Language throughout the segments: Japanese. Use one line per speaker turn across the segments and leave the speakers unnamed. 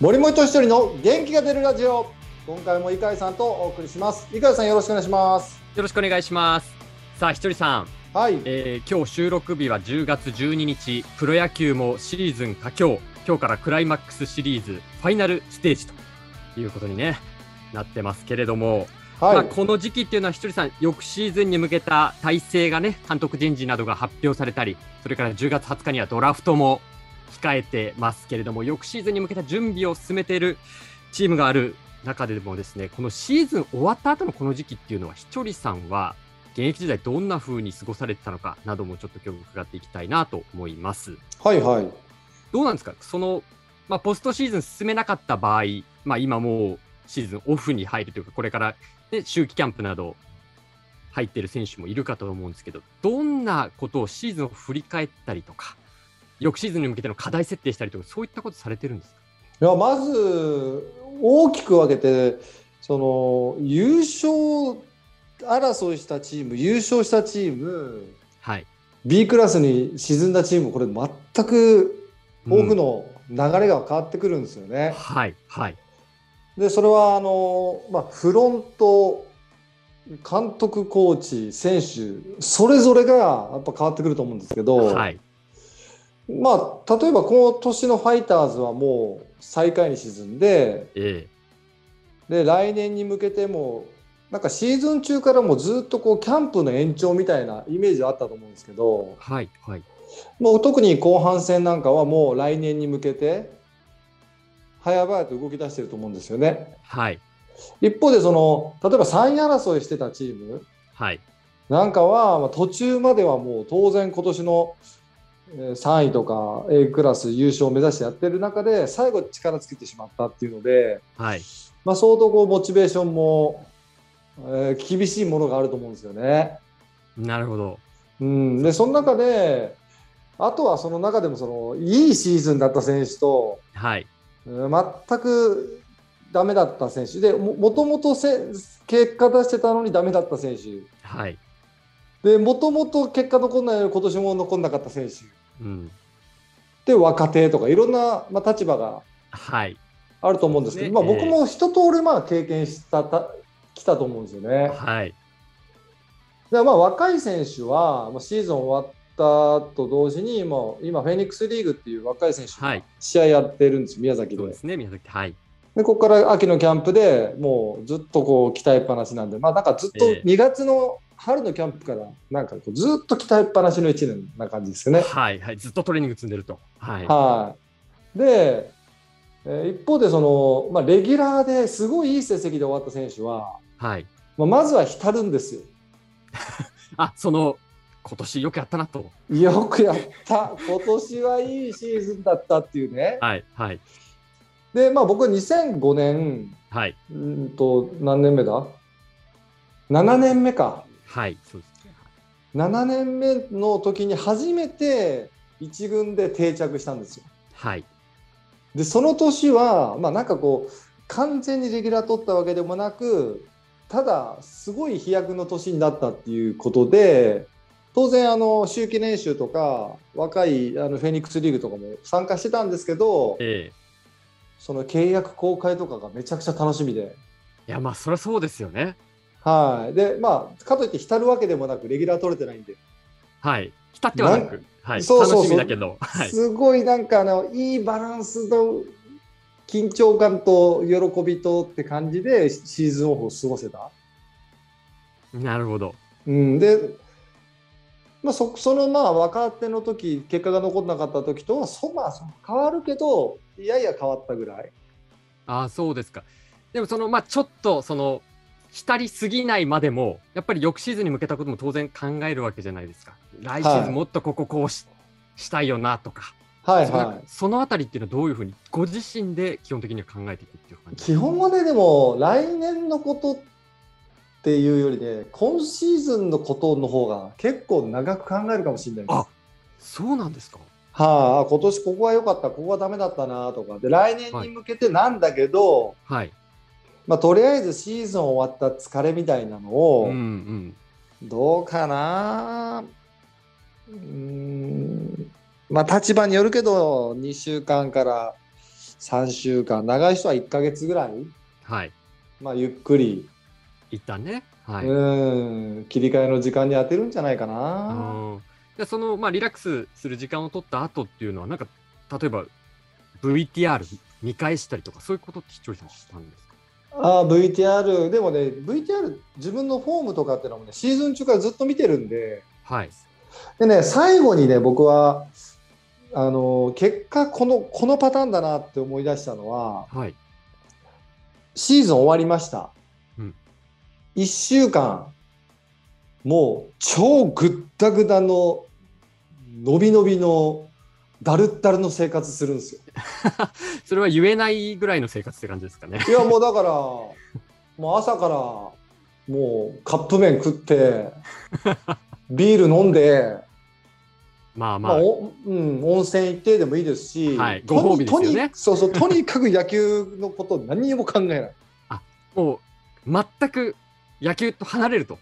森本一人の元気が出るラジオ今回も井上さんとお送りします井上さんよろしくお願いします
よろしくお願いします。さあ、ひとりさん、
はい、
えー今日収録日は10月12日、プロ野球もシーズン佳境、今日からクライマックスシリーズファイナルステージということに、ね、なってますけれども、ま
は
あ、
い
この時期っていうのは、ひとりさん、翌シーズンに向けた体制がね、監督人事などが発表されたり、それから10月20日にはドラフトも控えてますけれども、翌シーズンに向けた準備を進めているチームがある中でもですね、このシーズン終わった後のこの時期っていうのは、ひとりさんは現役時代どんな風に過ごされてたのかなどもちょっと今日伺っていきたいなと思います。
はいはい
どうなんですか、その、まあ、ポストシーズン進めなかった場合、まあ、今もうシーズンオフに入るというか、これから、ね、秋季キャンプなど入ってる選手もいるかと思うんですけど、どんなことをシーズンを振り返ったりとか、翌シーズンに向けての課題設定したりとか、そういったことされてるんですか
いやまず大きく分けてその優勝争いしたチーム優勝したチーム
はい。
B クラスに沈んだチームこれ全く
う
多
ん
くの流れが変わってくるんですよね。
はい、はい、
でそれはあの、まあ、フロント監督コーチ選手それぞれがやっぱ変わってくると思うんですけど、
はい、
まあ、例えばこの年のファイターズはもう最下位に沈んで
え
で来年に向けてもなんかシーズン中からもうずっとこうキャンプの延長みたいなイメージはあったと思うんですけど
えはい、はい、
もう特に後半戦なんかはもう来年に向けて早々と動き出してると思うんですよね。
はい、
一方でその例えば3位争いしてたチーム
はい、
なんかは、まあ、途中まではもう当然今年のえー3位とか A クラス優勝を目指してやってる中で最後力尽きてしまったっていうので、
はい、
まあ、相当こうモチベーションも、えー厳しいものがあると思うんですよね。
なるほど。
うん、でその中であとはその中でもそのいいシーズンだった選手と
は
うん
い、
全くダメだった選手でももともとせ結果出してたのにダメだった選手
はい、
でもともと結果残んないのに今年も残んなかった選手
うん、
で若手とかいろんな、まあ、立場が
はい、
あると思うんですけど、
ね
まあ、
え
僕
え
も一通りまあ経験したた来たと思うんですよね。
はい、
でまあ若い選手はまあシーズン終わったと同時にもう今フェニックスリーグっていう若い選手
はい、
試合やってるんです宮崎で
そうですね、宮崎、はい、
でここから秋のキャンプでもうずっとこう鍛えっぱなしなんでまあなんかずっと
ええ
2月の春のキャンプからなんかこうずっと鍛えっぱなしの1年な感じですよね。
はいはい、ずっとトレーニング積んでると。はい。
はい、で、えー一方でその、まあ、レギュラーですごいいい成績で終わった選手は、
はい。
まあ、まずは浸るんですよ。
あ、その、今年よくやったなと。
よくやった、 今年はいいシーズンだったっていうね。
はい、はい、
で、まあ、僕は2005年、
はい、
うーんと、何年目だ ?7 年目か。
はい、そうです。
7年目の時に初めて1軍で定着したんですよ。
はい、
でその年はまあなんかこう完全にレギュラー取ったわけでもなくただすごい飛躍の年になったっていうことで当然あの秋季練習とか若いあのフェニックスリーグとかも参加してたんですけど
ええ
その契約公開とかがめちゃくちゃ楽しみで。
いや、まあ、そりゃそうですよね。
はい、でまあかといって浸るわけでもなくレギュラー取れてないんで、
はい。浸ってはなく。はい。
そうそうそう
楽しみだけど。はい。
すごいなんかあのいいバランスの緊張感と喜びとって感じでシーズンオフを過ごせた
なるほど。
うん、で、まあ、そそのまあ若手の時結果が残んなかった時とはそまあそ変わるけどいやいや変わったぐらい
ああ、そうですか。でも、その、まあ、ちょっと、その、浸りすぎないまでも、やっぱり翌シーズンに向けたことも当然考えるわけじゃないですか。来シー
は
ズ
い
ンもっとこここうし,、したいよなとか、
はい
そ
は
のそのあたりっていうのはどういうふうに、ご自身で基本的には考えていくっていう感
い
じ
基本はねでも来年のことっていうよりね今シーズンのことの方が結構長く考えるかもしれないです
あそうなんですか。
はあ今年ここは良かったここはダメだったなとかで来年に向けてなんだけど、
はい。
まあ、とりあえずシーズン終わった疲れみたいなのを、
うんうん。
どうかなうーんまあ立場によるけど2週間から3週間、長い人は1ヶ月ぐらい、
はい。
まあ、ゆっくり、。
一旦ね。はいう
ん、切り替えの時間に当てるんじゃないかな。
うんでその、まあ、リラックスする時間を取った後っていうのは、なんか、例えば、VTR 見返したりとか、そういうことって視聴者したんですか
あー VTR、でもね、VTR、自分のフォームとかってのもね、シーズン中からずっと見てるんで、
はい。
でね、最後にね、僕は、あのー結果この、このパターンだなって思い出したのは、
はい。
シーズン終わりました。
うん
1週間、もう超ぐったぐだの、のびのびの、だるったるの生活するん ですよ。
それは言えないぐらいの生活って感じですかね。
いや、もうだから、もう朝から、もうカップ麺食っ て、ビール飲んで、
まあ
ま
ま
あ
あ、
おうん、温泉行ってでもいいですし、
はい
とに
ご褒美ですよね
とにそうそうとにかく野球のことを何にも考えない、
もう、全く野球と離れると。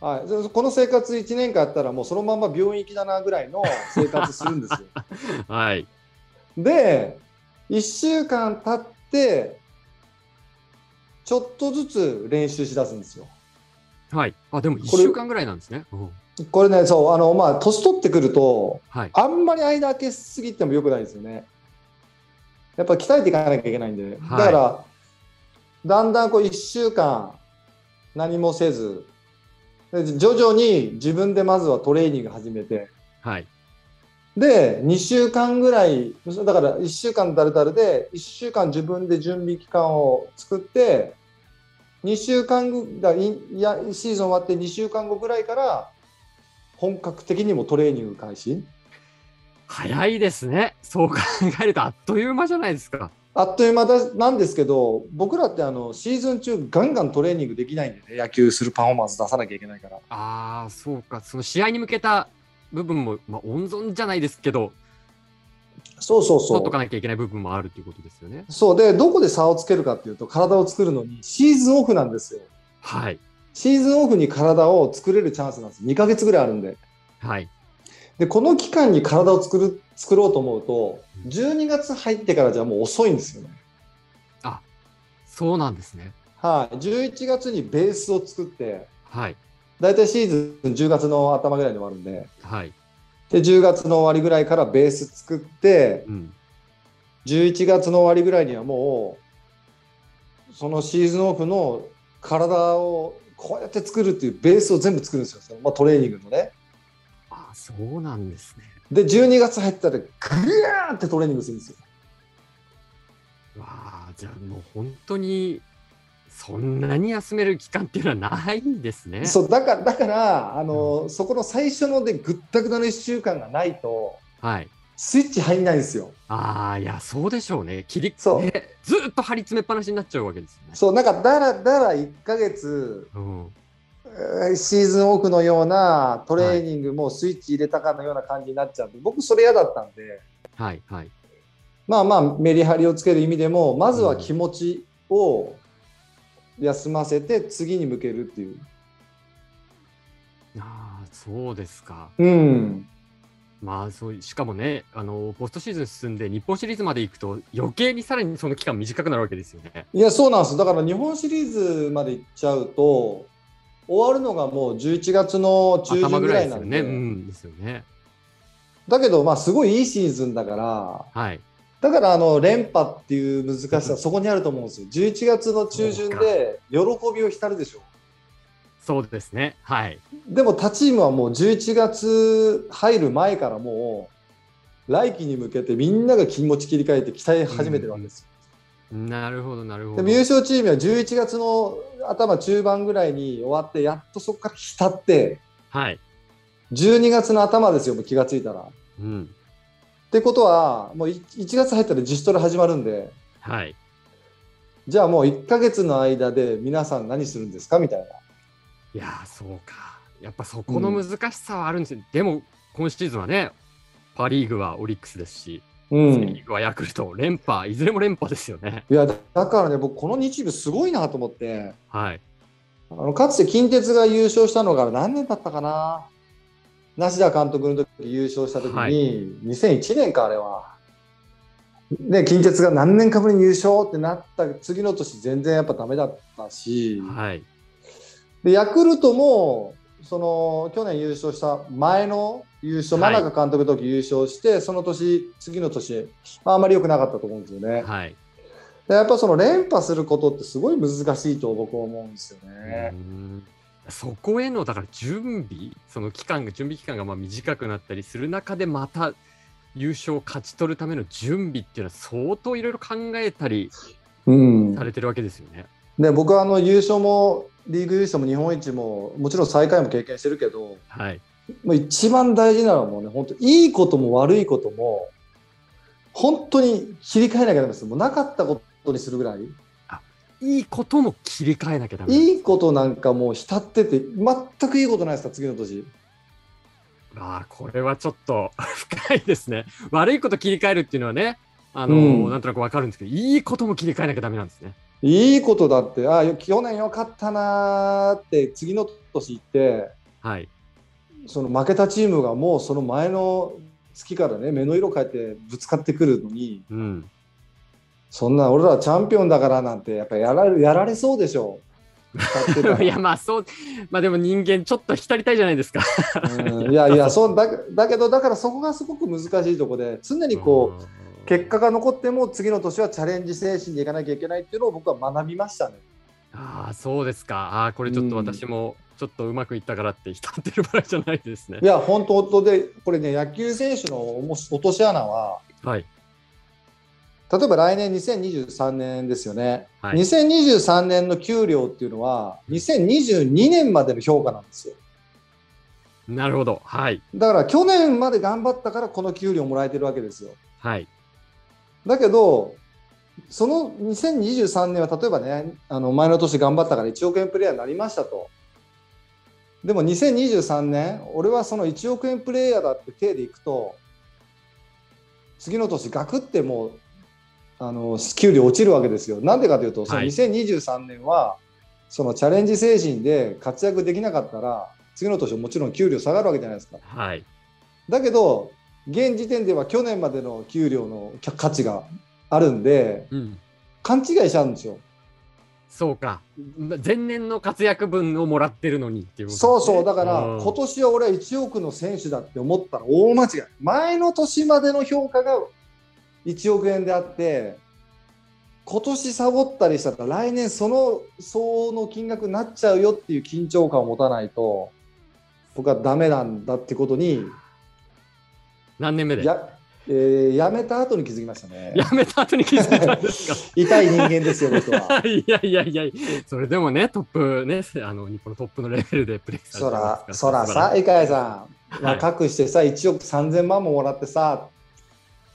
はい、そこの生活1年間あったらもうそのまま病院行きだなぐら いの生活するんですよ。
はい。
で1週間経ってちょっとずつ練習しだすんですよ。
はい。あ、でも1
これ
週間ぐらいなんですね。うん
これねそうあの、まあ、年取ってくると
はい。
あんまり間空けすぎてもよくないですよね。やっぱ鍛えていかなきゃいけないんで、
はい
だからだんだんこう1週間何もせずで徐々に自分でまずはトレーニング始めて
はい。
で2週間ぐらいだから1週間だるだるで1週間自分で準備期間を作って2週間ぐだいいやシーズン終わって2週間後ぐらいから本格的にもトレーニング開始。
早いですね。そう考えると、あっという間じゃないですか。
あっという間だなんですけど、僕らってあのシーズン中、ガンガントレーニングできないんでね、野球するパフォーマンス出さなきゃいけないから。
ああ、そうか。その試合に向けた部分も、まあ、温存じゃないですけど、
そうそうそ
取っと
う。
かなきゃいけない部分もあるということですよね。
そうで、どこで差をつけるかっていうと、体を作るのに、シーズンオフなんですよ。
はい。
シーズンオフに体を作れるチャンスなんです。2ヶ月ぐらいあるんで。
はい。
で、この期間に体を作る作ろうと思うと
う、ん
12月入ってからじゃもう遅いんですよね。
そうなんですね。
はい、11月にベースを作って、
はい。
だいたいシーズン10月の頭ぐらいに終わるんで、
はい。
で10月の終わりぐらいからベース作って、
うん。
11月の終わりぐらいにはもうそのシーズンオフの体をこうやって作るっていうベースを全部作るんですよその、まあ、トレーニングのね
ああ、そうなんですね。
で12月入ったらグワーってトレーニングするんですよ
わあ、じゃあもう本当に、そんなに休める期間っていうのはないんですね。
そうだからだからあの、そこの最初のでぐったぐたの1週間がないと
はい。
スイッチ入んないんですよ
ああ、いや、そうでしょうね。切り、
そう
ねずーっと張り詰めっぱなしになっちゃうわけですよね。
そうなんかだらだら1ヶ月
うん。
えーシーズンオフのようなトレーニングもスイッチ入れたかのような感じになっちゃうんで、僕それ嫌だったんで、
はい。はい。
まあまあメリハリをつける意味でもまずは気持ちを休ませて次に向けるっていう。
ああ、そうですか。
うん、
まあそうしかもねあの、ポストシーズン進んで、日本シリーズまで行くと、余計にさらにその期間短くなるわけですよね。
いやそうなんですだから日本シリーズまで行っちゃうと終わるのがもう11月の中
頭
旬
ぐ
ぐ
ら
ら
い
い
で
な
すよ
ん
ね。
で
うん、ですよね。
だけどまあすごいいいシーズンだから
はい。
だからあの連覇っていう難しさそこにあると思うんですよ11月の中旬で喜びを浸るでしょ
そうですね。はい。
でも他チームはもう11月入る前からもう来季に向けてみんなが気持ち切り替えて期待始めてるわけですよ。
なるほど、なる
で
ほど。
も優勝チームは11月の頭中盤ぐらいに終わってやっとそこから浸って
はい。
12月の頭ですよもう気がついたら。っ
うん。
てことはもうい1月入ったら自主トレ始まるんで
はい。
じゃあもう1ヶ月の間で皆さん何するんですかみたいな。
いやー、そうか。やっぱそこの難しさはあるんですよ。でも、今シーズンはね、パ・リーグはオリックスですし、
う
セ・
ん
リーグはヤクルト、連覇、いずれも連覇ですよね。
いやだだからね僕この2チームすごいなと思って。
はい。
あのかつて近鉄が優勝したのが何年だったかな梨田監督の時優勝した時に、
は
2001年かあれはね、近鉄が何年かぶりに優勝ってなった次の年全然やっぱダメだったし、
はい。
でヤクルトもその去年優勝した前の優勝、
はい
真中監督の時優勝してその年次の年、まあ、あまり良くなかったと思うんですよね、
はい。
でやっぱその連覇することってすごい難しいと僕は思うんですよね、
うんそこへのだから準備、その期間が準備期間がまあ短くなったりする中でまた優勝を勝ち取るための準備っていうのは相当いろいろ考えたり
うん
されてるわけですよね。
で僕はあの優勝もリーグ優勝も日本一ももちろん最下位も経験してるけど
はい。
もう一番大事なのはもうね本当いいことも悪いことも本当に切り替えなきゃダメですもうなかったことにするぐらい
いいことも切り替えなきゃダメ。
いいことなんかもう浸ってて全くいいことないですか次の年
ああ、これはちょっと深いですね。悪いこと切り替えるっていうのはね、あの
うん
なんとなくわかるんですけど、いいことも切り替えなきゃダメなんですね。
いいことだってああ去年よかったなーって次の年行って
はい。
その負けたチームがもうその前の月からね目の色変えてぶつかってくるのに
うん。
そんな俺らチャンピオンだからなんてやっぱやられやられそうでし ょ浸ってたら
いや、まあそう、まあでも人間ちょっと浸りたいじゃないですか。
うんいやいやそうだだけどだからそこがすごく難しいとこで常にこう、
うん
結果が残っても次の年はチャレンジ精神でいかなきゃいけないっていうのを僕は学びましたね。
ああ、そうですか。ああ、これちょっと
うん
私も、ちょっとうまくいったからって浸ってる場合じゃないですね
い。や本当本当でこれね野球選手のおもし落とし穴は
はい。
例えば来年2023年ですよね、
はい
2023年の給料っていうのは2022年までの評価なんですよ
なるほど。はい。
だから去年まで頑張ったからこの給料もらえてるわけですよ
はい。
だけど、その2023年は例えばね、あの前の年頑張ったから1億円プレイヤーになりましたと。でも2023年、俺はその1億円プレイヤーだって手でいくと、次の年、ガクってもう、あの給料落ちるわけですよ。なんでかというと、その
はい
2023年は、そのチャレンジ精神で活躍できなかったら、次の年、もちろん給料下がるわけじゃないですか。
はい。
だけど現時点では去年までの給料の価値があるんで
うん。
勘違いしちゃうんですよ。
そうか。前年の活躍分をもらってるのにっていうことですね、
そうそうだから
ん
今年は俺は1億の選手だって思ったら大間違い前の年までの評価が1億円であって今年サボったりしたら来年その相応の金額になっちゃうよっていう緊張感を持たないと僕はダメなんだってことに
何年目でや
や,、えーやめた後に気づきましたね。
めた後に気づいたんですか
痛い人間ですよ僕 は。
いやいやいやいや、それでもね、トップね、あの日本のトップのレベルでプレーされ
そ
てま
ら
す、
そらさ、
素晴
えかやさん、
はい
若くしてさ、1億3000万ももらってさ、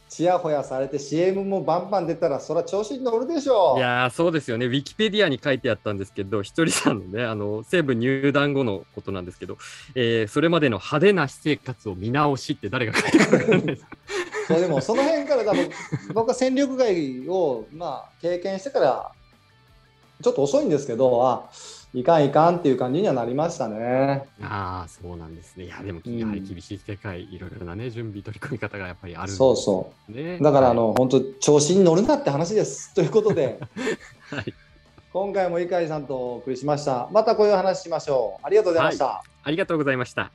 ちやほやされて CM もバンバン出たら、そら調子に乗るでしょ
い。やーそうですよね、ウィキペディアに書いてあったんですけど、ひとりさんのね、あの西武入団後のことなんですけど、えーそれまでの派手な私生活を見直しって誰が書いてくるかわかんないです。
それでも、その辺から多分、僕は戦力外を、まあ、経験してから、ちょっと遅いんですけど、あいかんいかんっていう感じにはなりましたね。
ああ、そうなんですね。いや、でも、
うん
やはり厳しい世界、いろいろなね、準備、取り組み方がやっぱりあるん
そう
で
そ
すね。
う。だから、あ
は
の、本当調子に乗るなって話です。ということで、
い、 はい
今回も井上さんとお送りしました。またこういう話しましょう。ありがとうございました。
ありがとうございました。